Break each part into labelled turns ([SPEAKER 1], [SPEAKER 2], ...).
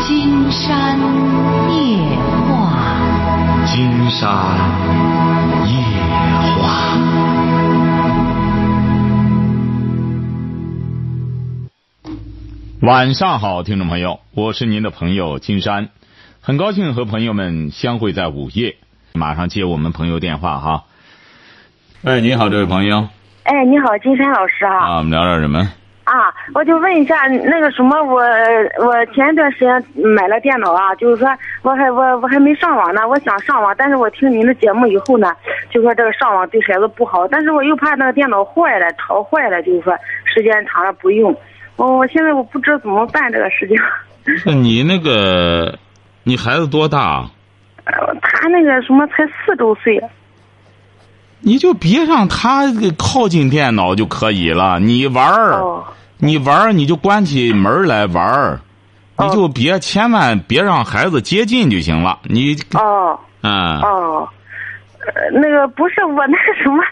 [SPEAKER 1] 金山夜话，
[SPEAKER 2] 金山夜话。晚上好，听众朋友，我是您的朋友金山，很高兴和朋友们相会在午夜。马上接我们朋友电话哈。哎，你好，这位朋友
[SPEAKER 3] 哎，你好，金山老师啊！
[SPEAKER 2] 啊，我们聊点什么？
[SPEAKER 3] 啊，我就问一下那个什么，我我前一段时间买了电脑啊，就是说我还我我还没上网呢，我想上网，但是我听您的节目以后呢，就说这个上网对孩子不好，但是我又怕那个电脑坏了、潮坏了，就是说时间长了不用。我我现在我不知道怎么办这个事情。
[SPEAKER 2] 那
[SPEAKER 3] 嗯
[SPEAKER 2] 你那个，你孩子多大？
[SPEAKER 3] 呃他那个什么才四周岁，
[SPEAKER 2] 你就别让他靠近电脑就可以了。你玩儿，
[SPEAKER 3] 哦
[SPEAKER 2] 你玩儿，你就关起门儿来玩儿，
[SPEAKER 3] 哦
[SPEAKER 2] 你就别千万别让孩子接近就行了。你
[SPEAKER 3] 哦。
[SPEAKER 2] 啊，
[SPEAKER 3] 哦，呃那个不是我那个什么，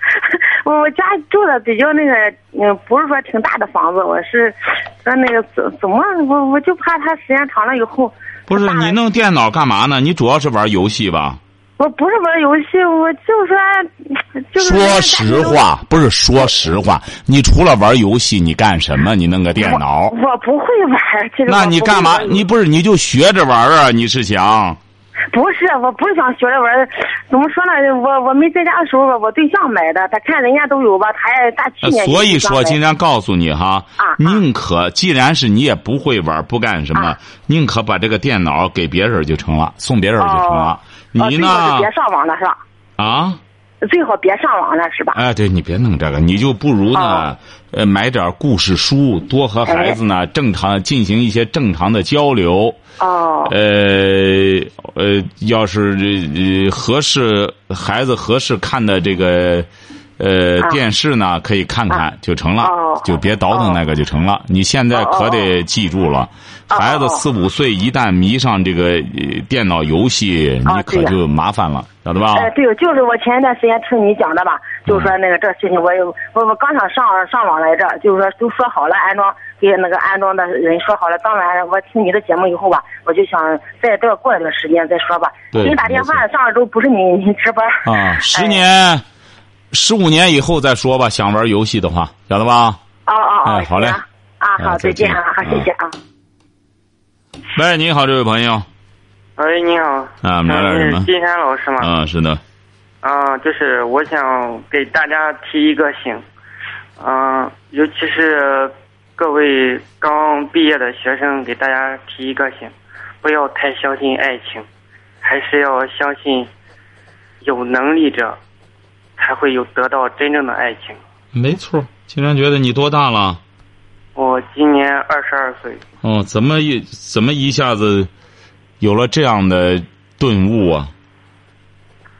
[SPEAKER 3] 我我家住的比较那个，嗯，不是说挺大的房子，我是说那个怎怎么，我我就怕他时间长了以后，
[SPEAKER 2] 不是
[SPEAKER 3] 大了
[SPEAKER 2] 你弄电脑干嘛呢？你主要是玩游戏吧？
[SPEAKER 3] 我不是玩游戏，我就说就是
[SPEAKER 2] 说实，话，不是说实话，你除了玩游戏，你干什么？你弄个电脑？
[SPEAKER 3] 我不会玩，其实
[SPEAKER 2] 那
[SPEAKER 3] 我
[SPEAKER 2] 你
[SPEAKER 3] 不会
[SPEAKER 2] 干嘛？
[SPEAKER 3] 玩
[SPEAKER 2] 你不是你就学着玩儿啊？你是想？
[SPEAKER 3] 不是，我不是想学着玩儿，怎么说呢？我我没在家的时候吧，我对象买的，他看人家都有吧，他也大去
[SPEAKER 2] 呃
[SPEAKER 3] 年就
[SPEAKER 2] 所以
[SPEAKER 3] 对象
[SPEAKER 2] 说，
[SPEAKER 3] 买
[SPEAKER 2] 今天告诉你哈
[SPEAKER 3] 啊啊，
[SPEAKER 2] 宁可既然是你也不会玩，不干什么
[SPEAKER 3] 啊，
[SPEAKER 2] 宁可把这个电脑给别人就成了，送别人就成了
[SPEAKER 3] 哦。哦
[SPEAKER 2] 你
[SPEAKER 3] 最好
[SPEAKER 2] 呢
[SPEAKER 3] 是？别上网了是吧？
[SPEAKER 2] 啊，
[SPEAKER 3] 最好别上网了是吧？
[SPEAKER 2] 哎，对你别弄这个，你就不如呢
[SPEAKER 3] 哦，哎
[SPEAKER 2] 呃，买点故事书，多和孩子呢正常进行一些正常的交流。
[SPEAKER 3] 哦，
[SPEAKER 2] 呃呃，要是这呃合适孩子合适看的这个呃、
[SPEAKER 3] 啊
[SPEAKER 2] 电视呢，可以看看就成了，
[SPEAKER 3] 哦
[SPEAKER 2] 就别倒腾那个就成了。你现在可得记住了，
[SPEAKER 3] 哦哦
[SPEAKER 2] 孩子四五岁一旦迷上这个、呃电脑游戏，
[SPEAKER 3] 啊
[SPEAKER 2] 你可
[SPEAKER 3] 对呀
[SPEAKER 2] 就麻烦了，晓得吧？
[SPEAKER 3] 哎，对，就是我前一段时间听你讲的吧，就是
[SPEAKER 2] 嗯
[SPEAKER 3] 说那个这事情，我也我我刚想上上网来着，就是说都说好了，安装给那个安装的人说好了。当晚我听你的节目以后吧，我就想再再过一段时间再说吧。
[SPEAKER 2] 对
[SPEAKER 3] 给你打电话，上周不是你你值班
[SPEAKER 2] 啊，十
[SPEAKER 3] 哎
[SPEAKER 2] 年、十五年以后再说吧，想玩游戏的话，晓得吧？
[SPEAKER 3] 哦哦哦，
[SPEAKER 2] 哎好嘞
[SPEAKER 3] 行啊啊，
[SPEAKER 2] 啊
[SPEAKER 3] 好，
[SPEAKER 2] 再
[SPEAKER 3] 再
[SPEAKER 2] 见
[SPEAKER 3] 见啊，好，谢谢啊。
[SPEAKER 2] 喂，你好，这位朋友，
[SPEAKER 4] 喂，你好。
[SPEAKER 2] 啊我们聊点什么
[SPEAKER 4] 嗯是金山老师吗？
[SPEAKER 2] 啊，是的，
[SPEAKER 4] 啊、就是我想给大家提一个醒，嗯、尤其是各位刚毕业的学生，给大家提一个醒，不要太相信爱情，还是要相信有能力者才会有得到真正的爱情。
[SPEAKER 2] 没错。竟然觉得你多大了？
[SPEAKER 4] 我今年二十二岁，
[SPEAKER 2] 哦，怎么一怎么一下子有了这样的顿悟啊？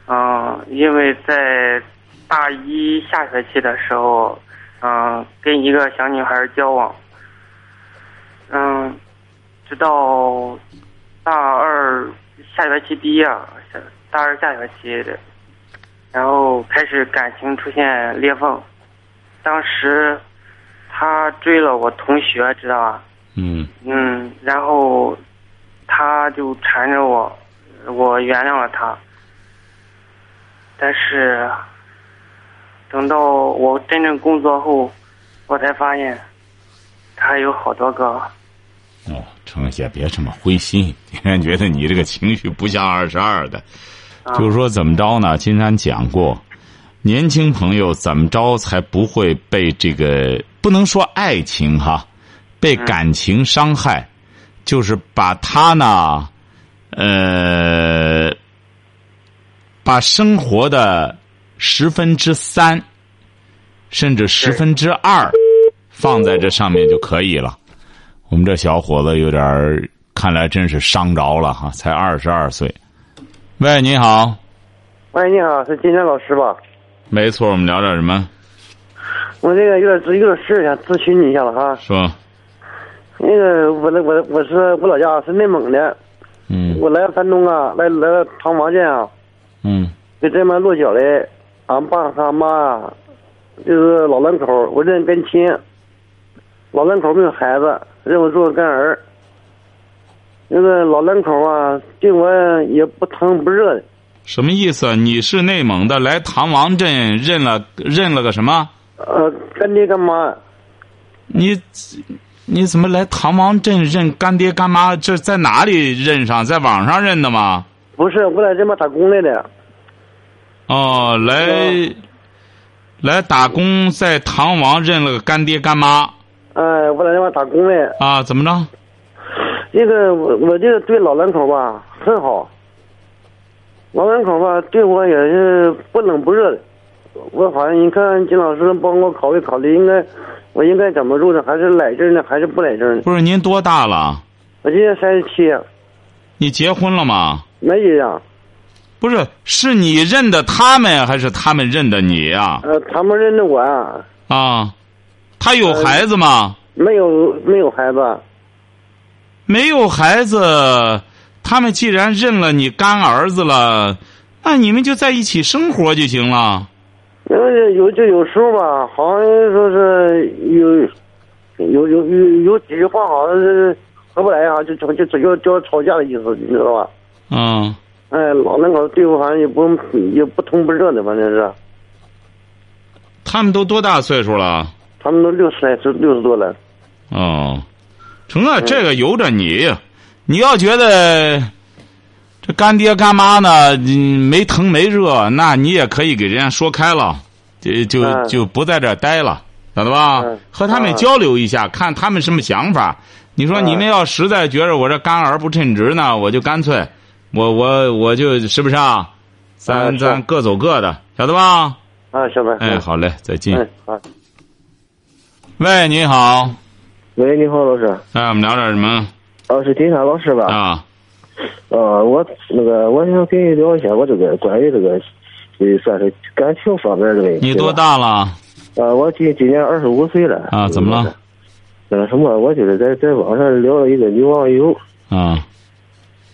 [SPEAKER 4] 嗯，因为在大一下学期的时候，嗯，跟一个小女孩交往，嗯，直到大二下学期毕业，下大二下学期的，然后开始感情出现裂缝。当时她追了我同学，知道吧？
[SPEAKER 2] 嗯，
[SPEAKER 4] 嗯，然后他就缠着我，我原谅了他，但是等到我真正工作后，我才发现他还有好多个。
[SPEAKER 2] 哦，程姐别这么灰心，竟然觉得你这个情绪不像二十二的。就是说怎么着呢？金山讲过，年轻朋友怎么着才不会被这个不能说爱情哈，被感情伤害，就是把他呢，呃，把生活的十分之三，甚至十分之二，放在这上面就可以了。我们这小伙子有点儿，看来真是伤着了哈，才二十二岁。喂，你好，
[SPEAKER 5] 喂，你好，是金山老师吧？
[SPEAKER 2] 没错，我们聊点什么？
[SPEAKER 5] 我这个有点有点事想咨询你一下子哈。
[SPEAKER 2] 说，
[SPEAKER 5] 那个我那我我是我老家是内蒙的，
[SPEAKER 2] 嗯
[SPEAKER 5] 我来山东啊，来来到唐王县啊，
[SPEAKER 2] 嗯
[SPEAKER 5] 就这边落脚的。俺爸和俺妈啊就是老两口，我认跟亲。老两口没有孩子，认我做个干儿。那个老两口啊，对我也不疼不热的。
[SPEAKER 2] 什么意思？你是内蒙的，来唐王镇认了认了个什么？
[SPEAKER 5] 呃，干爹干妈，
[SPEAKER 2] 你你怎么来唐王镇认干爹干妈？这在哪里认上？在网上认的吗？
[SPEAKER 5] 不是我在这边打工来的，
[SPEAKER 2] 哦，来
[SPEAKER 5] 嗯
[SPEAKER 2] 来打工，在唐王认了个干爹干妈
[SPEAKER 5] 哎，我在这边打工来。
[SPEAKER 2] 啊？怎么着？
[SPEAKER 5] 这个我我这个对老两口吧很好，老两口吧对我也是不冷不热的。我好像你看金老师帮我考虑考虑，应该我应该怎么入呢？还是来这儿呢？还是不来这儿呢？
[SPEAKER 2] 不是您多大了？
[SPEAKER 5] 我今年三十七，啊
[SPEAKER 2] 你结婚了吗？
[SPEAKER 5] 没人呀。
[SPEAKER 2] 不是，是你认的他们，还是他们认的你呀、
[SPEAKER 5] 呃，他们认得我啊，
[SPEAKER 2] 啊？他有孩子吗？
[SPEAKER 5] 没有没有孩子，啊
[SPEAKER 2] 没有孩子，他们既然认了你干儿子了，那你们就在一起生活就行了。
[SPEAKER 5] 因为有就有时候吧，好像说是有有有有有几句话好像是合不来啊，就就就就就要吵架的意思，你知道吧？
[SPEAKER 2] 嗯，
[SPEAKER 5] 哎，老两口对付好像也不也不疼不热的，反正是，
[SPEAKER 2] 他们都多大岁数了？
[SPEAKER 5] 他们都六十来岁，六十多了。
[SPEAKER 2] 哦，成啊，这个由着你，你要觉得这干爹干妈呢你没疼没热，那你也可以给人家说开了，这就
[SPEAKER 5] 嗯
[SPEAKER 2] 就不在这儿待了，晓得吧
[SPEAKER 5] 嗯？
[SPEAKER 2] 和他们
[SPEAKER 5] 嗯
[SPEAKER 2] 交流一下，看他们什么想法。你说
[SPEAKER 5] 嗯
[SPEAKER 2] 你们要实在觉着我这干儿不称职呢，我就干脆，我我我就是不是啊？咱
[SPEAKER 5] 嗯是
[SPEAKER 2] 咱各走各的，晓得吧？
[SPEAKER 5] 啊，小白，
[SPEAKER 2] 哎，，好嘞，再见
[SPEAKER 5] 哎。，好。
[SPEAKER 2] 喂，你好，
[SPEAKER 5] 喂，你好，老师，
[SPEAKER 2] 哎，我们聊点什么
[SPEAKER 5] 啊，是金山老师吧？
[SPEAKER 2] 啊？
[SPEAKER 5] 啊，我那个我想跟你聊一下我这个关于这个，呃，算是感情方面的问题。
[SPEAKER 2] 你多？大了？
[SPEAKER 5] 啊，我今今年二十五岁了。
[SPEAKER 2] 啊怎么了？
[SPEAKER 5] 那个什么，我就是在在网上聊了一个女网友，
[SPEAKER 2] 啊，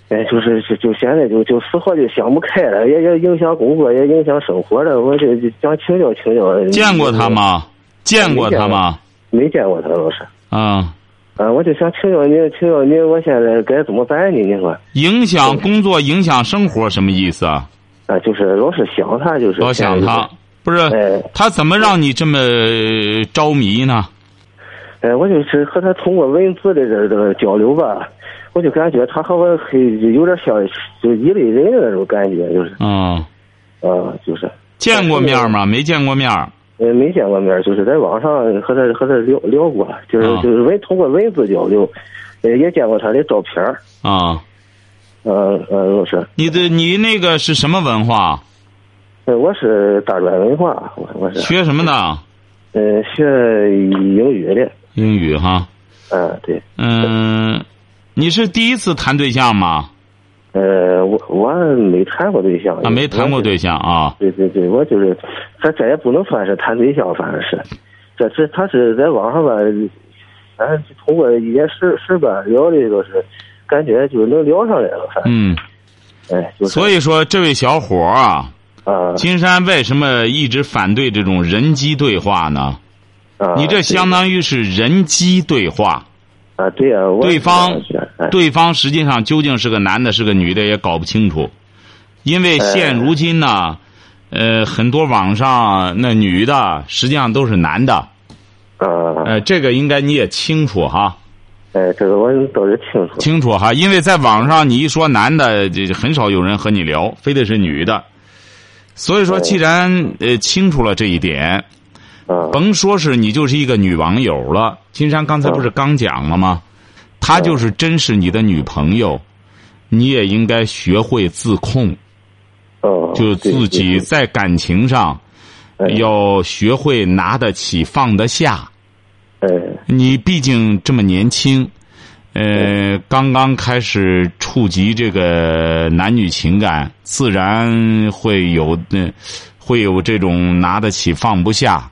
[SPEAKER 5] 哎，就是就就现在就就死活就想不开了，也也影响工作，也影响生活了，我就就想请教请教。
[SPEAKER 2] 见过他？吗？见过他吗？
[SPEAKER 5] 没嗯见过他，老师。
[SPEAKER 2] 啊，
[SPEAKER 5] 啊，我就想请教您，请教您，我现在该怎么办呢？你说，
[SPEAKER 2] 影响工作，影响生活，什么意思啊？
[SPEAKER 5] 啊，就是老是想他，就是
[SPEAKER 2] 老想他，不是
[SPEAKER 5] 哎
[SPEAKER 2] 他怎么让你这么呃着迷呢？
[SPEAKER 5] 哎，我就是和他通过文字的这这个交流吧，我就感觉他和我很有点像就一类人的那种感觉，就是
[SPEAKER 2] 嗯，
[SPEAKER 5] 啊，就是
[SPEAKER 2] 见过面
[SPEAKER 5] 嗯
[SPEAKER 2] 吗？没见过面儿。
[SPEAKER 5] 呃没见过面，就是在网上和他和他聊聊过，就是
[SPEAKER 2] 啊
[SPEAKER 5] 就是文通过文字交流，呃也见过他的照片儿，
[SPEAKER 2] 啊，
[SPEAKER 5] 呃呃，老师，
[SPEAKER 2] 你的你那个是什么文化？
[SPEAKER 5] 呃我是大专文化，我我是
[SPEAKER 2] 学什么的？
[SPEAKER 5] 呃学英语的，
[SPEAKER 2] 英语哈。
[SPEAKER 5] 啊对，
[SPEAKER 2] 嗯，你是第一次谈对象吗？
[SPEAKER 5] 呃我我没谈过对象，
[SPEAKER 2] 啊，没谈过
[SPEAKER 5] 我是
[SPEAKER 2] 对象啊。
[SPEAKER 5] 对对对，我就是，咱这也不能算是谈对象，反正是，这这他是在网上吧，咱通过一件事事吧聊的都是，感觉就能聊上来了，反正、
[SPEAKER 2] 嗯，
[SPEAKER 5] 哎，就是
[SPEAKER 2] 所以说这位小伙儿啊，
[SPEAKER 5] 啊
[SPEAKER 2] 金山为什么一直反对这种人机对话呢？
[SPEAKER 5] 啊，
[SPEAKER 2] 你这相当于是人机对话，
[SPEAKER 5] 啊对呀、我
[SPEAKER 2] 对方
[SPEAKER 5] 哎
[SPEAKER 2] 对方实际上究竟是个男的，是个女的也搞不清楚，因为现如今
[SPEAKER 5] 哎
[SPEAKER 2] 呢，呃，很多网上那女的实际上都是男的，
[SPEAKER 5] 啊
[SPEAKER 2] 呃，这个应该你也清楚哈，
[SPEAKER 5] 哎，这个我倒是清楚
[SPEAKER 2] 清楚哈，因为在网上你一说男的，这这很少有人和你聊，非得是女的，所
[SPEAKER 5] 哦
[SPEAKER 2] 以说既然呃清楚了这一点，
[SPEAKER 5] 啊
[SPEAKER 2] 甭说是你就是一个女网友了，金山刚才不是刚讲了吗？她就是真是你的女朋友，你也应该学会自控，
[SPEAKER 5] 哦，
[SPEAKER 2] 就
[SPEAKER 5] 对
[SPEAKER 2] 自己
[SPEAKER 5] 对
[SPEAKER 2] 在感情上
[SPEAKER 5] 哎
[SPEAKER 2] 要学会拿得起放得下。
[SPEAKER 5] 哎
[SPEAKER 2] 你毕竟这么年轻，呃，刚刚开始触及这个男女情感，自然会有那、会有这种拿得起放不下，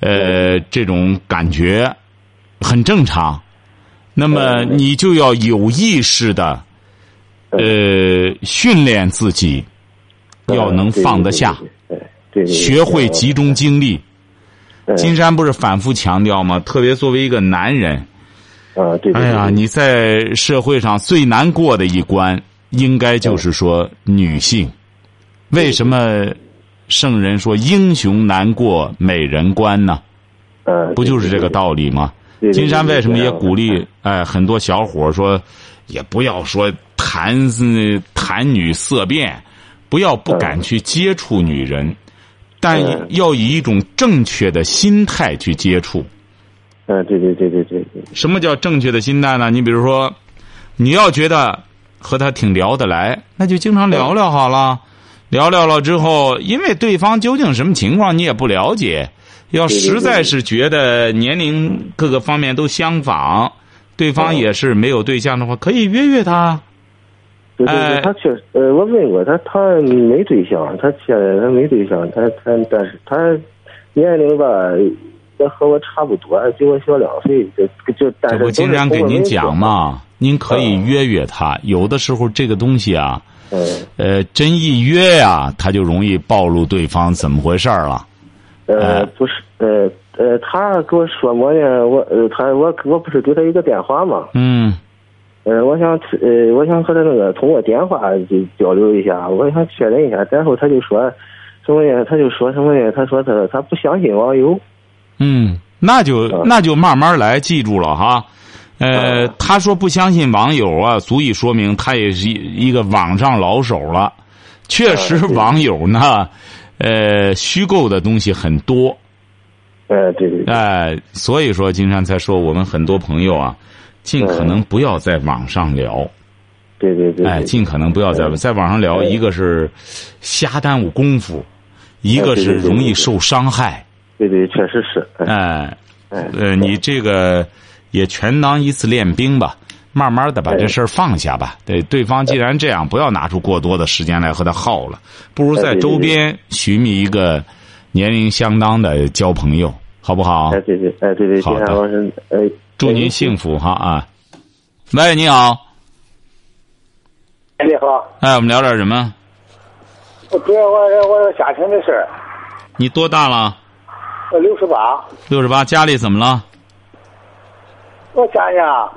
[SPEAKER 2] 呃，这种感觉很正常。那么
[SPEAKER 5] 嗯
[SPEAKER 2] 你就要有意识的，呃，训练自己，要能放得下，，
[SPEAKER 5] 哎对对对对对对对对对，
[SPEAKER 2] 学会集中精力。
[SPEAKER 5] 哎
[SPEAKER 2] 金山不是反复强调吗？特别作为一个男人，
[SPEAKER 5] 啊， 对对对。
[SPEAKER 2] 哎呀，
[SPEAKER 5] 对
[SPEAKER 2] 你在社会上最难过的一关，应该就是说女性。为什么圣人说英雄难过美人关呢？
[SPEAKER 5] 呃，
[SPEAKER 2] 不就是这个
[SPEAKER 5] 理？
[SPEAKER 2] 道理吗？
[SPEAKER 5] 对对对
[SPEAKER 2] 金山为什么也鼓
[SPEAKER 5] 对啊
[SPEAKER 2] 励
[SPEAKER 5] 对
[SPEAKER 2] 哎很多小伙儿说，也不要说谈呃谈女色变，不要不敢去接触女人，但
[SPEAKER 5] 嗯
[SPEAKER 2] 要以一种正确的心态去接触。
[SPEAKER 5] 嗯，对对对对对对，
[SPEAKER 2] 什么叫正确的心态呢？你比如说，你要觉得和他挺聊得来，那就经常聊聊好了。聊聊了之后，因为对方究竟什么情况你也不了解，要
[SPEAKER 5] 对对
[SPEAKER 2] 实
[SPEAKER 5] 对
[SPEAKER 2] 在
[SPEAKER 5] 对
[SPEAKER 2] 是觉得年龄各个方面都相仿，对方
[SPEAKER 5] 嗯
[SPEAKER 2] 也是没有对象的话，可以约约他。
[SPEAKER 5] 对对
[SPEAKER 2] 哎
[SPEAKER 5] 对，他确实，呃，我问过他，他没对象，他现在他没对象，他他但是他年龄吧，也和我差不多，比我小两岁，就就但
[SPEAKER 2] 这
[SPEAKER 5] 是
[SPEAKER 2] 不经常给您讲
[SPEAKER 5] 嘛，
[SPEAKER 2] 嘛，您可以
[SPEAKER 5] 嗯
[SPEAKER 2] 约约他。有的时候这个东西啊，
[SPEAKER 5] 嗯，
[SPEAKER 2] 呃，真一约呀、他就容易暴露对方怎么回事儿了。
[SPEAKER 5] 呃
[SPEAKER 2] 哎，
[SPEAKER 5] 不是，呃呃，他跟我说我呢，我呃，他我我不是给他一个电话嘛，
[SPEAKER 2] 嗯。
[SPEAKER 5] 呃，我想呃，我想和他那个通过电话就交流一下，我想确认一下，然后他就说什么呀？他就说什么呀？他说他他不相信网友，
[SPEAKER 2] 嗯，那就
[SPEAKER 5] 嗯
[SPEAKER 2] 那就慢慢来，记住了哈。呃
[SPEAKER 5] 嗯，
[SPEAKER 2] 他说不相信网友啊，足以说明他也是一一个网上老手了。确实，
[SPEAKER 5] 嗯对
[SPEAKER 2] 网友呢，呃，虚构的东西很多，
[SPEAKER 5] 呃，对对对，
[SPEAKER 2] 哎、所以说金山才说我们很多朋友啊，尽可能不要在网上聊，
[SPEAKER 5] 对对对，
[SPEAKER 2] 哎，尽可能不要在
[SPEAKER 5] 嗯
[SPEAKER 2] 在网上聊，
[SPEAKER 5] 嗯
[SPEAKER 2] 一个是瞎耽误功夫，一个
[SPEAKER 5] 嗯对
[SPEAKER 2] 是
[SPEAKER 5] 对对
[SPEAKER 2] 容易
[SPEAKER 5] 对对
[SPEAKER 2] 受伤害，
[SPEAKER 5] 对对，确实是，哎
[SPEAKER 2] 哎。
[SPEAKER 5] 哎，
[SPEAKER 2] 呃，你这个也全当一次练兵吧，慢慢的把这事儿放下吧。对，对方既然这样，不要拿出过多的时间来和他耗了，不如在周边寻觅一个年龄相当的交朋友，好不好
[SPEAKER 5] 哎？对对，哎对对，
[SPEAKER 2] 好
[SPEAKER 5] 金
[SPEAKER 2] 的
[SPEAKER 5] 山老师，哎，
[SPEAKER 2] 祝您幸福哈啊！喂，你好，
[SPEAKER 6] 哎，你好，
[SPEAKER 2] 哎，我们聊点什么？
[SPEAKER 6] 我主要我我我家庭的事儿，
[SPEAKER 2] 你多大了？
[SPEAKER 6] 我六十八，
[SPEAKER 2] 六十八，家里怎么了？
[SPEAKER 6] 我家呀，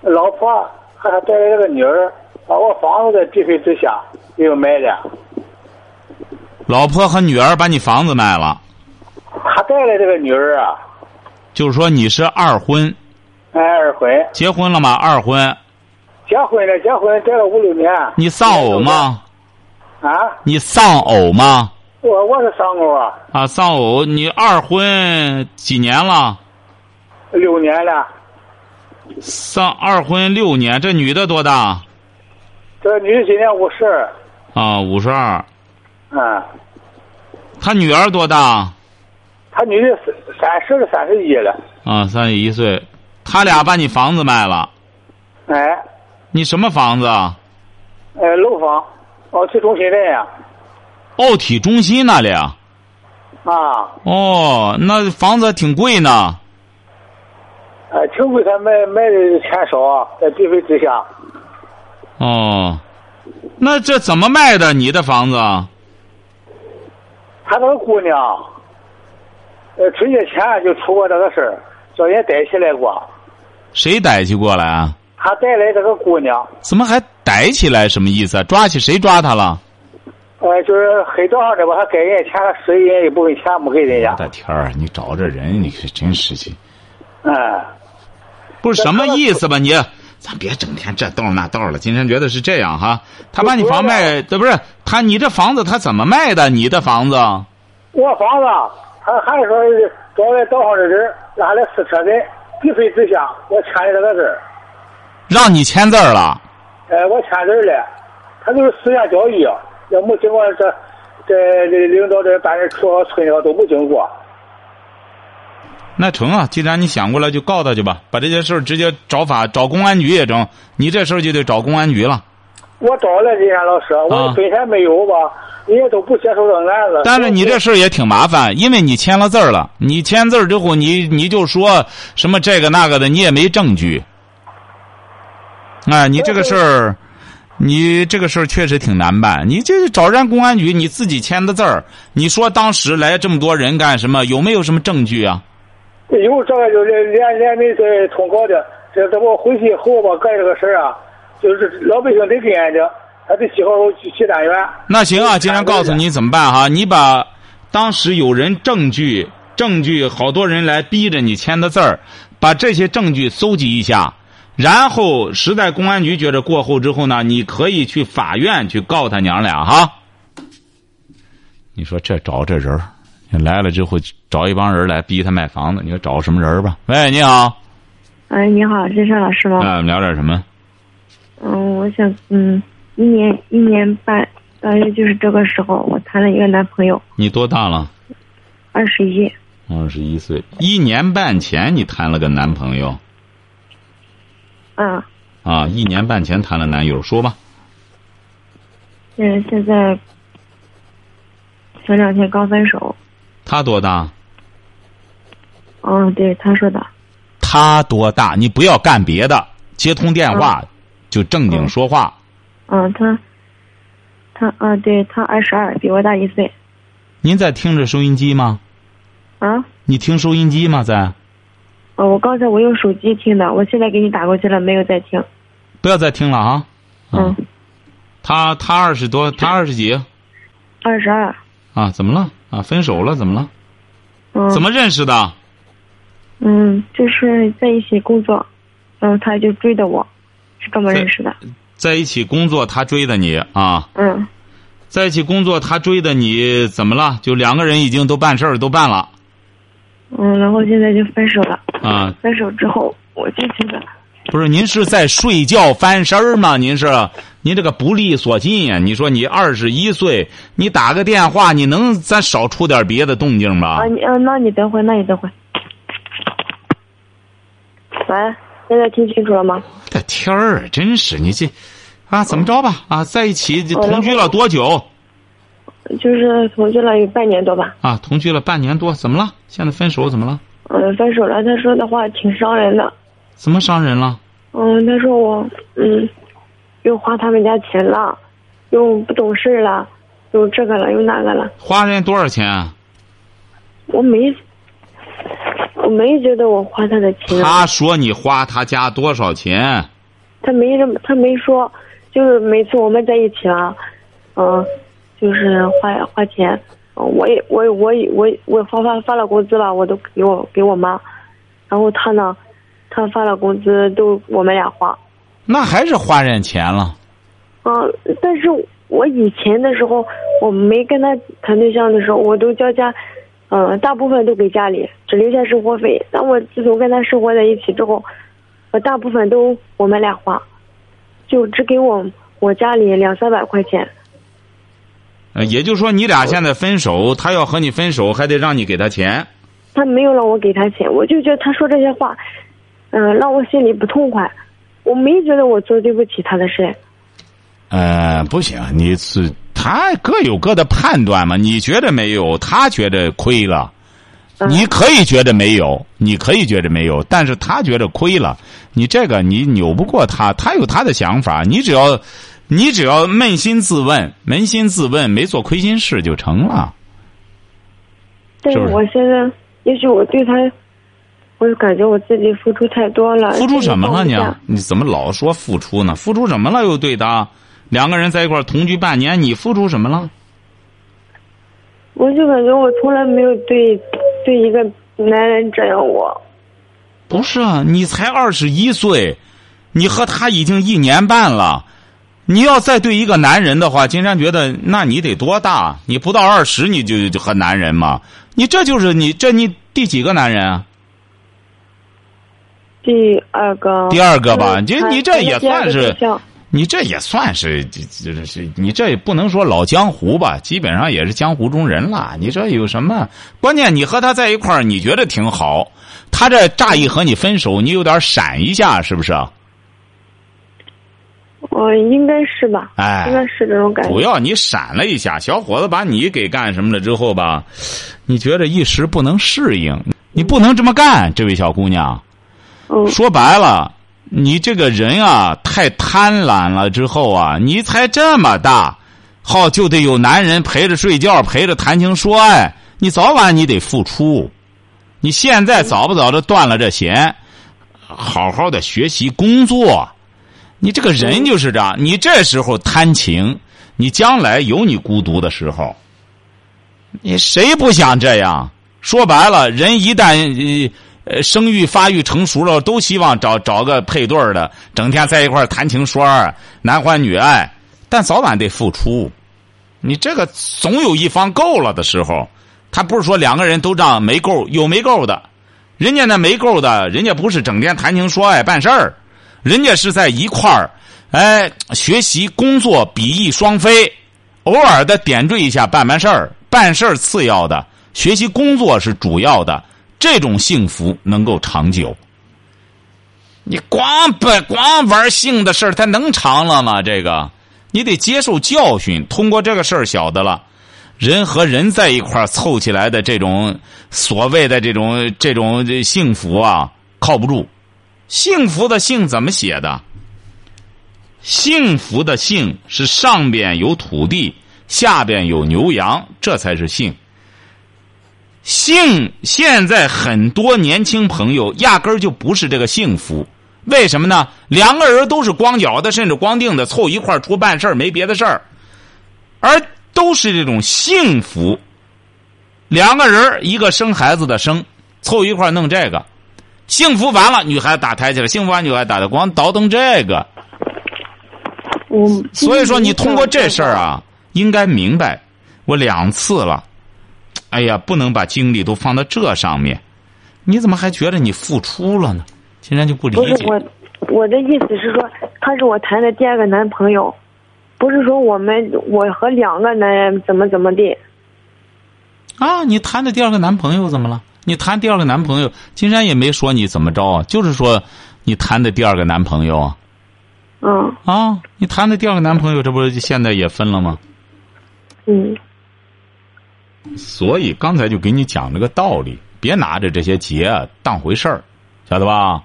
[SPEAKER 6] 老婆还带着这个女儿，把我房子的地皮之下又卖了，
[SPEAKER 2] 老婆和女儿把你房子卖了，
[SPEAKER 6] 还带着这个女儿啊，
[SPEAKER 2] 就是说你是二婚，
[SPEAKER 6] 哎，二婚，
[SPEAKER 2] 结婚了吗？二婚，
[SPEAKER 6] 结婚了，结婚带了五六年。
[SPEAKER 2] 你丧偶吗？
[SPEAKER 6] 啊，
[SPEAKER 2] 你丧偶吗？
[SPEAKER 6] 我我是上过啊，
[SPEAKER 2] 啊，丧偶，你二婚几年了？
[SPEAKER 6] 六年了，
[SPEAKER 2] 丧二婚六年，这女的多大？
[SPEAKER 6] 这女的今年五十二，
[SPEAKER 2] 啊，五十二。
[SPEAKER 6] 嗯，
[SPEAKER 2] 她女儿多大？
[SPEAKER 6] 她女的三十了，三十一了，
[SPEAKER 2] 啊，三十一岁。他俩把你房子卖了，
[SPEAKER 6] 哎，
[SPEAKER 2] 你什么房子？啊？
[SPEAKER 6] 哎，楼房，哦，去中心镇呀、
[SPEAKER 2] 奥体中心那里啊？
[SPEAKER 6] 啊
[SPEAKER 2] 哦，那房子挺贵呢。
[SPEAKER 6] 呃，挺贵，他卖卖的钱少啊，在地费之下，
[SPEAKER 2] 哦，那这怎么卖的？你的房子啊？
[SPEAKER 6] 他那个姑娘，呃，春节前就出过这个事儿，叫人逮起来过，
[SPEAKER 2] 谁逮起过来啊？
[SPEAKER 6] 还带来这个姑娘，
[SPEAKER 2] 怎么还逮起来？什么意思啊？抓起谁抓他了？
[SPEAKER 6] 呃，就是黑道上的吧，还给人家钱，还水人一部分钱没给人家
[SPEAKER 2] 我，的天儿，你找这人，你可真是去。
[SPEAKER 6] 嗯，
[SPEAKER 2] 不是什么意思吧你？咱别整天这道儿那道儿了。金山觉得是这样哈，他把你房卖，这不是啊他你这房子他怎么卖的？你的房子
[SPEAKER 6] 我房子还还说是找来道上的人拉来私车人，地费之下我签的这个字儿，
[SPEAKER 2] 让你签字儿了，
[SPEAKER 6] 呃，我签字儿了，他就是私下交易，也没经过这这这领导这办事处和村上都没经过。
[SPEAKER 2] 那成啊！既然你想过来，就告他去吧，把这些事儿直接找法找公安局也成。你这事儿就得找公安局了。
[SPEAKER 6] 我找了金山老
[SPEAKER 2] 啊
[SPEAKER 6] 师，我本身没有吧，人家都不接受这案子。
[SPEAKER 2] 但是你这事儿也挺麻烦，因为你签了字儿了，你签字儿之后，你你就说什么这个那个的，你也没证据。哎，你这个事儿，你这个事儿确实挺难办。你这找人家公安局，你自己签的字儿，你说当时来这么多人干什么？有没有什么证据啊？
[SPEAKER 6] 有这个就连连连那个通告的这这我回去以后吧，干这个事儿啊，就是老百姓得跟俺着，还得喜欢我去去单元。
[SPEAKER 2] 那行啊，既然告诉你怎么办哈，你把当时有人证据、证据，好多人来逼着你签的字儿，把这些证据搜集一下，然后实在公安局觉着过后之后呢，你可以去法院去告他娘俩哈。你说这找这人儿，你来了之后找一帮人来逼他卖房子，你说找什么人儿吧？喂，你好，
[SPEAKER 7] 哎，你好，金山老师
[SPEAKER 2] 那
[SPEAKER 7] 吗？
[SPEAKER 2] 我们聊点什么？
[SPEAKER 7] 嗯，我想，嗯，一年一年半，大约就是这个时候，我谈了一个男朋友，
[SPEAKER 2] 你多大了？
[SPEAKER 7] 二十一，
[SPEAKER 2] 二十一岁，一年半前你谈了个男朋友
[SPEAKER 7] 嗯，
[SPEAKER 2] 啊，一年半前谈了男友，说吧，
[SPEAKER 7] 嗯，现在前两天刚分手，
[SPEAKER 2] 他多大？
[SPEAKER 7] 嗯，对，他说的，
[SPEAKER 2] 他多大？你不要干别的，接通电话、就正经说话。
[SPEAKER 7] 嗯，他，他啊，对他二十二，比我大一岁，
[SPEAKER 2] 您在听着收音机吗？
[SPEAKER 7] 啊，
[SPEAKER 2] 你听收音机吗？在？
[SPEAKER 7] 哦，我刚才我用手机听的，我现在给你打过去了，没有在听，
[SPEAKER 2] 不要再听了啊！
[SPEAKER 7] 嗯，
[SPEAKER 2] 他他二十多，他二十几
[SPEAKER 7] 二十二，
[SPEAKER 2] 啊？怎么了？啊，分手了？怎么了？
[SPEAKER 7] 嗯，
[SPEAKER 2] 怎么认识的？
[SPEAKER 7] 嗯，就是在一起工作，然后他就追的我，是这么
[SPEAKER 2] 在
[SPEAKER 7] 认识的。
[SPEAKER 2] 在一起工作，他追的你啊？
[SPEAKER 7] 嗯，
[SPEAKER 2] 在一起工作，他追的你怎么了？就两个人已经都办事儿都办了
[SPEAKER 7] 嗯，然后现在就分手了。
[SPEAKER 2] 啊？
[SPEAKER 7] 分手之后，我就觉得，
[SPEAKER 2] 不是，您是在睡觉翻身儿吗？您是，您这个不利索尽呀！你说你二十一岁，你打个电话，你能咱少出点别的动静吧
[SPEAKER 7] 啊，？你啊，那你等会儿，那你等会儿。喂，现在听清楚了吗？
[SPEAKER 2] 这天儿真是你这，啊，怎么着吧？啊，在一起就同居了多久？
[SPEAKER 7] 就是同居了有半年多吧。
[SPEAKER 2] 啊，同居了半年多，怎么了？现在分手怎么了？
[SPEAKER 7] 嗯，分手了，他说的话挺伤人的。
[SPEAKER 2] 怎么伤人了？
[SPEAKER 7] 嗯，他说我，嗯，又花他们家钱了，又不懂事了，又这个了，又那个了。
[SPEAKER 2] 花人家多少钱啊？
[SPEAKER 7] 我没，我没觉得我花他的钱啊，
[SPEAKER 2] 他说你花他家多少钱？
[SPEAKER 7] 他没这么，他没说，就是每次我们在一起啊，嗯、就是花花钱，呃我也我也我也我也我发发发了工资了，我都给我给我妈，然后他呢，他发了工资都我们俩花，
[SPEAKER 2] 那还是花人家钱了。
[SPEAKER 7] 嗯、但是我以前的时候，我没跟他谈对象的时候，我都交家，嗯、大部分都给家里，只留下生活费。但我自从跟他生活在一起之后，我大部分都我们俩花，就只给我我家里两三百块钱。
[SPEAKER 2] 呃也就是说，你俩现在分手，他要和你分手，还得让你给他钱。
[SPEAKER 7] 他没有让我给他钱，我就觉得他说这些话，嗯、让我心里不痛快。我没觉得我做对不起他的事，
[SPEAKER 2] 呃，不行，你是他各有各的判断嘛。你觉得没有，他觉得亏了，
[SPEAKER 7] 嗯
[SPEAKER 2] 你可以觉得没有，你可以觉得没有，但是他觉得亏了，你这个你扭不过他，他有他的想法，你只要，你只要扪心自问，扪心自问，没做亏心事就成了。
[SPEAKER 7] 但是
[SPEAKER 2] 是不是
[SPEAKER 7] 我现在，也许我对他，我就感觉我自己付出太多了。
[SPEAKER 2] 付出什么了
[SPEAKER 7] 呃这个
[SPEAKER 2] 你
[SPEAKER 7] 放不下？
[SPEAKER 2] 你怎么老说付出呢？付出什么了又对他？两个人在一块儿同居半年，你付出什么了？
[SPEAKER 7] 我就感觉我从来没有对对一个男人这样过。
[SPEAKER 2] 不是啊，你才二十一岁，你和他已经一年半了。你要再对一个男人的话，金山觉得，那你得多大？你不到二十你就就和男人嘛？你这就是你这你第几个男人啊？
[SPEAKER 7] 第二个，
[SPEAKER 2] 第二个吧，
[SPEAKER 7] 嗯
[SPEAKER 2] 就
[SPEAKER 7] 他
[SPEAKER 2] 你这也
[SPEAKER 7] 他第二
[SPEAKER 2] 算
[SPEAKER 7] 个
[SPEAKER 2] 是
[SPEAKER 7] 对象
[SPEAKER 2] 你这也算是，这这这是你这也不能说老江湖吧，基本上也是江湖中人了。你这有什么？关键你和他在一块儿，你觉得挺好，他这乍一和你分手，你有点闪一下，是不是？
[SPEAKER 7] 我应该是吧？
[SPEAKER 2] 哎
[SPEAKER 7] 应该是这种感
[SPEAKER 2] 主
[SPEAKER 7] 觉。
[SPEAKER 2] 要你闪了一下，小伙子把你给干什么了之后吧，你觉得一时不能适应，你不能这么干，这位小姑娘。
[SPEAKER 7] 嗯
[SPEAKER 2] 说白了，你这个人啊，太贪婪了。之后啊，你才这么大，好就得有男人陪着睡觉，陪着谈情说爱。你早晚你得付出，你现在早不早的断了这弦，好好的学习工作。你这个人就是这样，你这时候贪情，你将来有你孤独的时候。你谁不想这样？说白了，人一旦呃生育发育成熟了，都希望找找个配对儿的，整天在一块儿谈情说爱，男欢女爱，但早晚得付出。你这个总有一方够了的时候，他不是说两个人都这样没够，有没够的，人家那没够的，人家不是整天谈情说爱办事儿，人家是在一块儿，哎，学习工作比翼双飞，偶尔的点缀一下办办事儿，办事儿次要的，学习工作是主要的，这种幸福能够长久。你光本光玩性的事儿，它能长了吗？这个。你得接受教训，通过这个事儿晓得了，人和人在一块儿凑起来的这种所谓的这种这种幸福啊，靠不住。幸福的“幸”怎么写的？幸福的“幸”是上边有土地，下边有牛羊，这才是幸。幸现在很多年轻朋友压根儿就不是这个幸福。为什么呢？两个人都是光脚的，甚至光腚的，凑一块儿出办事儿，没别的事儿，而都是这种幸福。两个人一个生孩子的生，凑一块儿弄这个，幸福完了，女孩打胎去了，幸福完女孩打胎，光倒腾这个。
[SPEAKER 7] 我
[SPEAKER 2] 所以说，
[SPEAKER 7] 嗯
[SPEAKER 2] 你通过这事儿啊，应该明白，我两次了，哎呀，不能把精力都放到这上面，你怎么还觉得你付出了呢？竟然就不理
[SPEAKER 7] 嗯不
[SPEAKER 2] 解。
[SPEAKER 7] 是我，我的意思是说，他是我谈的第二个男朋友，不是说我们我和两个男人怎么怎么地。
[SPEAKER 2] 啊，你谈的第二个男朋友怎么了？你谈第二个男朋友，金山也没说你怎么着啊，就是说你谈的第二个男朋友啊
[SPEAKER 7] 嗯
[SPEAKER 2] 啊，你谈的第二个男朋友，这不是现在也分了吗？
[SPEAKER 7] 嗯
[SPEAKER 2] 所以刚才就给你讲了个道理，别拿着这些结啊当回事儿，晓得吧？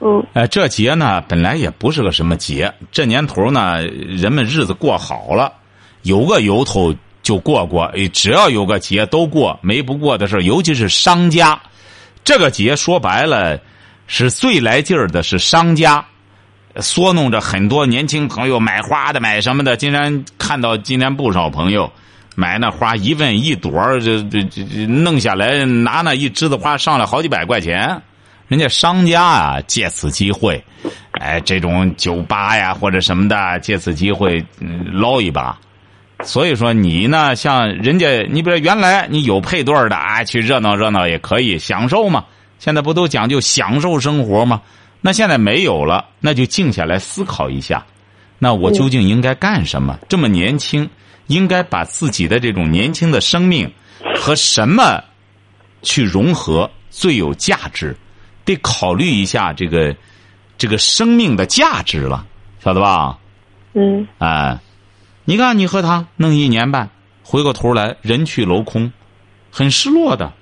[SPEAKER 7] 嗯
[SPEAKER 2] 哎，这节呢本来也不是个什么节，这年头呢，人们日子过好了，有个由头就过过，哎只要有个节都过，没不过的事儿尤其是商家，这个节说白了是最来劲儿的是商家，唆弄着很多年轻朋友买花的、买什么的。竟然看到今天不少朋友买那花一问一朵儿，这这这这弄下来拿那一枝子花上来好几百块钱。人家商家啊，借此机会，哎，这种酒吧呀或者什么的，借此机会、嗯捞一把。所以说你呢，像人家，你比如原来你有配对儿的啊，去热闹热闹也可以享受嘛。现在不都讲究享受生活吗？那现在没有了，那就静下来思考一下，那我究竟应该干什么？这么年轻，应该把自己的这种年轻的生命和什么去融合最有价值？得考虑一下这个这个生命的价值了，晓得吧？
[SPEAKER 7] 嗯
[SPEAKER 2] 哎，你看你和他弄一年半，回过头来人去楼空，很失落的。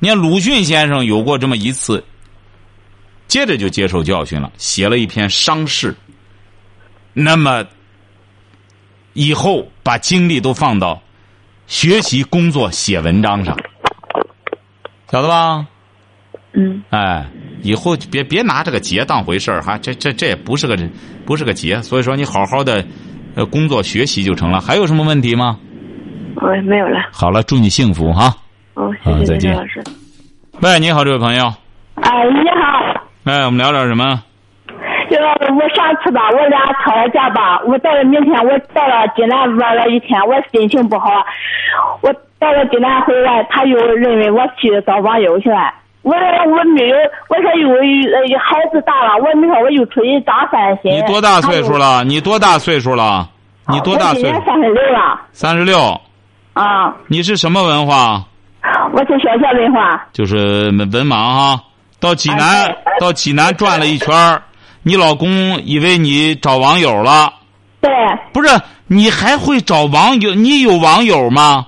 [SPEAKER 2] 你看鲁迅先生有过这么一次，接着就接受教训了，写了一篇伤逝。那么以后把精力都放到学习、工作、写文章上，晓得吧？
[SPEAKER 7] 嗯
[SPEAKER 2] 哎，以后就别别拿这个节当回事儿哈，这这这也不是个不是个节，所以说你好好的，呃，工作学习就成了。还有什么问题吗？
[SPEAKER 7] 嗯，没有了。
[SPEAKER 2] 好了，祝你幸福哈。
[SPEAKER 7] 嗯，
[SPEAKER 2] 啊再
[SPEAKER 7] 谢谢
[SPEAKER 2] 见
[SPEAKER 7] 金老师。
[SPEAKER 2] 喂，你好，这位朋友，
[SPEAKER 8] 哎呀，
[SPEAKER 2] 哎，我们聊点什么？
[SPEAKER 8] 呃，我上次吧，我俩吵了架吧，我到了明天，我到了济南玩了一天，我心情不好，我到了济南回来，他又认为我去找网友去了。我说我没有，我说有呃孩子大了，我你说我又出去长三心。
[SPEAKER 2] 你多大岁数了？你多大岁数了？
[SPEAKER 8] 还
[SPEAKER 2] 你
[SPEAKER 8] 有？
[SPEAKER 2] 多大
[SPEAKER 8] 哎我今
[SPEAKER 2] 岁数
[SPEAKER 8] 年？三十六了
[SPEAKER 2] 三十六。
[SPEAKER 8] 啊！
[SPEAKER 2] 你是什么文化？
[SPEAKER 8] 我是学校文化，
[SPEAKER 2] 就是文盲哈。到济
[SPEAKER 8] 哎
[SPEAKER 2] 南
[SPEAKER 8] 对，
[SPEAKER 2] 到济南转了一圈儿你老公以为你找网友了。
[SPEAKER 8] 对
[SPEAKER 2] 不是，你还会找网友？你有网友吗？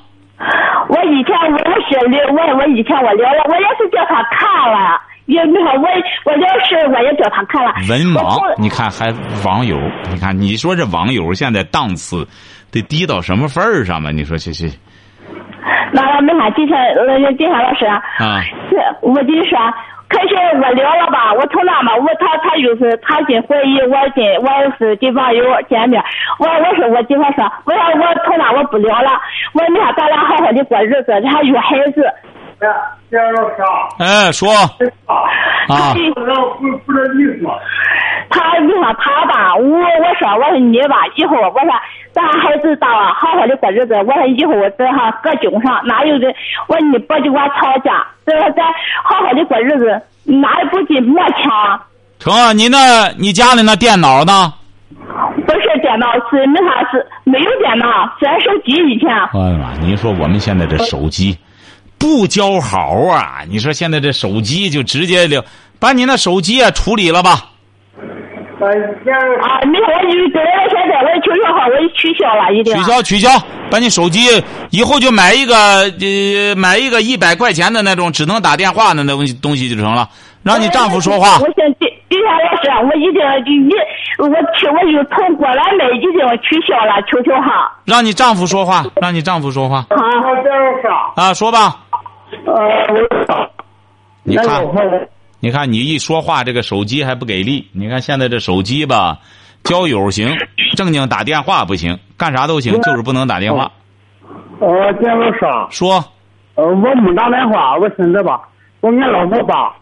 [SPEAKER 8] 我以前我也是聊，我我以前我聊了，我也是叫他看了，也你说我我聊事我也叫他看哎了。
[SPEAKER 2] 文盲
[SPEAKER 8] 我，从
[SPEAKER 2] 你看还网友，你看你说这网友现在档次得低到什么份儿上吧？你说这这
[SPEAKER 8] 那了没啥，今天呃，今天老师啊，
[SPEAKER 2] 啊
[SPEAKER 8] 是我跟你说，可是我聊了吧，我从那嘛，我他他又是他进怀疑我进，我又是地方有见面，我我说我地方说，我说我从那我不聊了，我你看咱俩好好的过日子，还有孩子。
[SPEAKER 9] 哎，这样老师啊，
[SPEAKER 2] 哎，说啊，
[SPEAKER 9] 不能不不能意思嘛。
[SPEAKER 8] 他你说他吧，我我说我说你吧，以后我说咱孩子大了，好好的过日子，我说以后咱哈搁井上哪有人，我说你别就我吵架，这说咱好好的过日子，哪也不进磨枪，
[SPEAKER 2] 成啊，您那你家里那电脑呢？
[SPEAKER 8] 不是电脑是那啥是没有电脑，是俺手机以前。
[SPEAKER 2] 我的哎妈！您说我们现在这手机不交好啊？你说现在这手机就直接就把你那手机啊处理了吧？
[SPEAKER 9] 哎，这样老师
[SPEAKER 8] 啊，你看我就是本来现在我的求学号我也取消了，一定
[SPEAKER 2] 取消取消，把你手机以后就买一个呃买一个一百块钱的那种只能打电话的那东西东西就成了，让你丈夫说话
[SPEAKER 8] 我。想今今天老师，我一定一我去，我就从过来买，一定取消了，求求哈。
[SPEAKER 2] 让你丈夫说话，让你丈夫说话
[SPEAKER 8] 啊，
[SPEAKER 9] 这样老师啊，
[SPEAKER 2] 啊！说吧，
[SPEAKER 9] 呃，我
[SPEAKER 2] 你看
[SPEAKER 9] 那，我
[SPEAKER 2] 你看，你一说话，这个手机还不给力。你看现在这手机吧，交友行，正经打电话不行，干啥都
[SPEAKER 9] 啊
[SPEAKER 2] 行，就是不能打电话。
[SPEAKER 9] 呃，这样老师啊，
[SPEAKER 2] 说
[SPEAKER 9] 呃，我没打电话，我寻思吧，我俺老婆吧，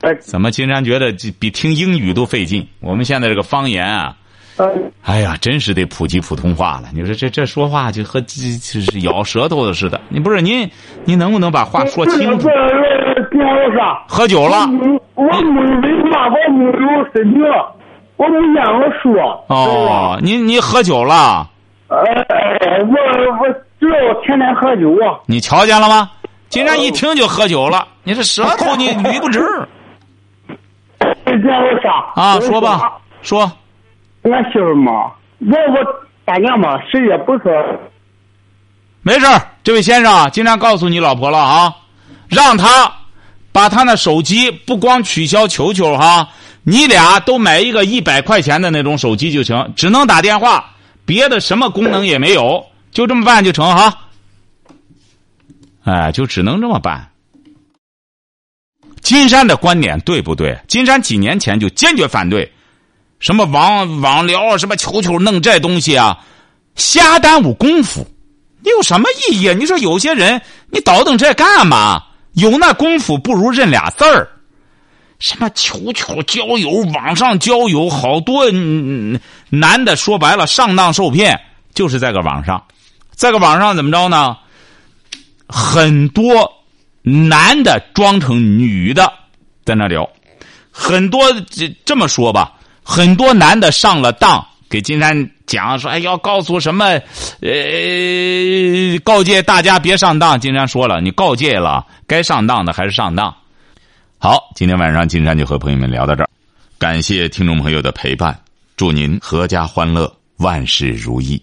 [SPEAKER 9] 呃
[SPEAKER 2] 怎么？金山觉得这比听英语都费劲。我们现在这个方言啊，
[SPEAKER 9] 呃，
[SPEAKER 2] 哎呀，真是得普及普通话了。你说这这说话就和这就是咬舌头的似的。你不是您，您能不能把
[SPEAKER 9] 啊
[SPEAKER 2] 话说清
[SPEAKER 9] 不是？不
[SPEAKER 2] 楚
[SPEAKER 9] 是，这样老师啊，
[SPEAKER 2] 喝酒了
[SPEAKER 9] 我没文化，我没有水平，我没念过书。
[SPEAKER 2] 哦，您您喝酒了，
[SPEAKER 9] 呃，我我知道天天喝酒啊。
[SPEAKER 2] 你瞧见了吗？金山一听就喝酒了，你这舌头你捋不直。
[SPEAKER 9] 这老师
[SPEAKER 2] 啊，说吧，，说
[SPEAKER 9] 俺媳妇嘛，我我大娘嘛，谁也不是，
[SPEAKER 2] 没事儿。这位先生啊，经常告诉你老婆了啊，让她把她那手机不光取消球球哈，你俩都买一个一百块钱的那种手机就行，只能打电话，别的什么功能也没有，就这么办就成哈。哎，就只能这么办。金山的观点对不对？金山几年前就坚决反对，什么网网聊啊，什么球球弄这东西啊，瞎耽误功夫。你有什么意义啊？你说有些人，你倒腾这干嘛？有那功夫，不如认俩字儿。什么球球交友，网上交友，好多、嗯男的说白了上当受骗，就是在个网上，在个网上怎么着呢？很多男的装成女的在那聊，很多这这么说吧，很多男的上了当，给金山讲说，哎，要告诉什么，呃，告诫大家别上当。金山说了，你告诫了，该上当的还是上当。好，今天晚上金山就和朋友们聊到这儿，感谢听众朋友的陪伴，祝您阖家欢乐，万事如意。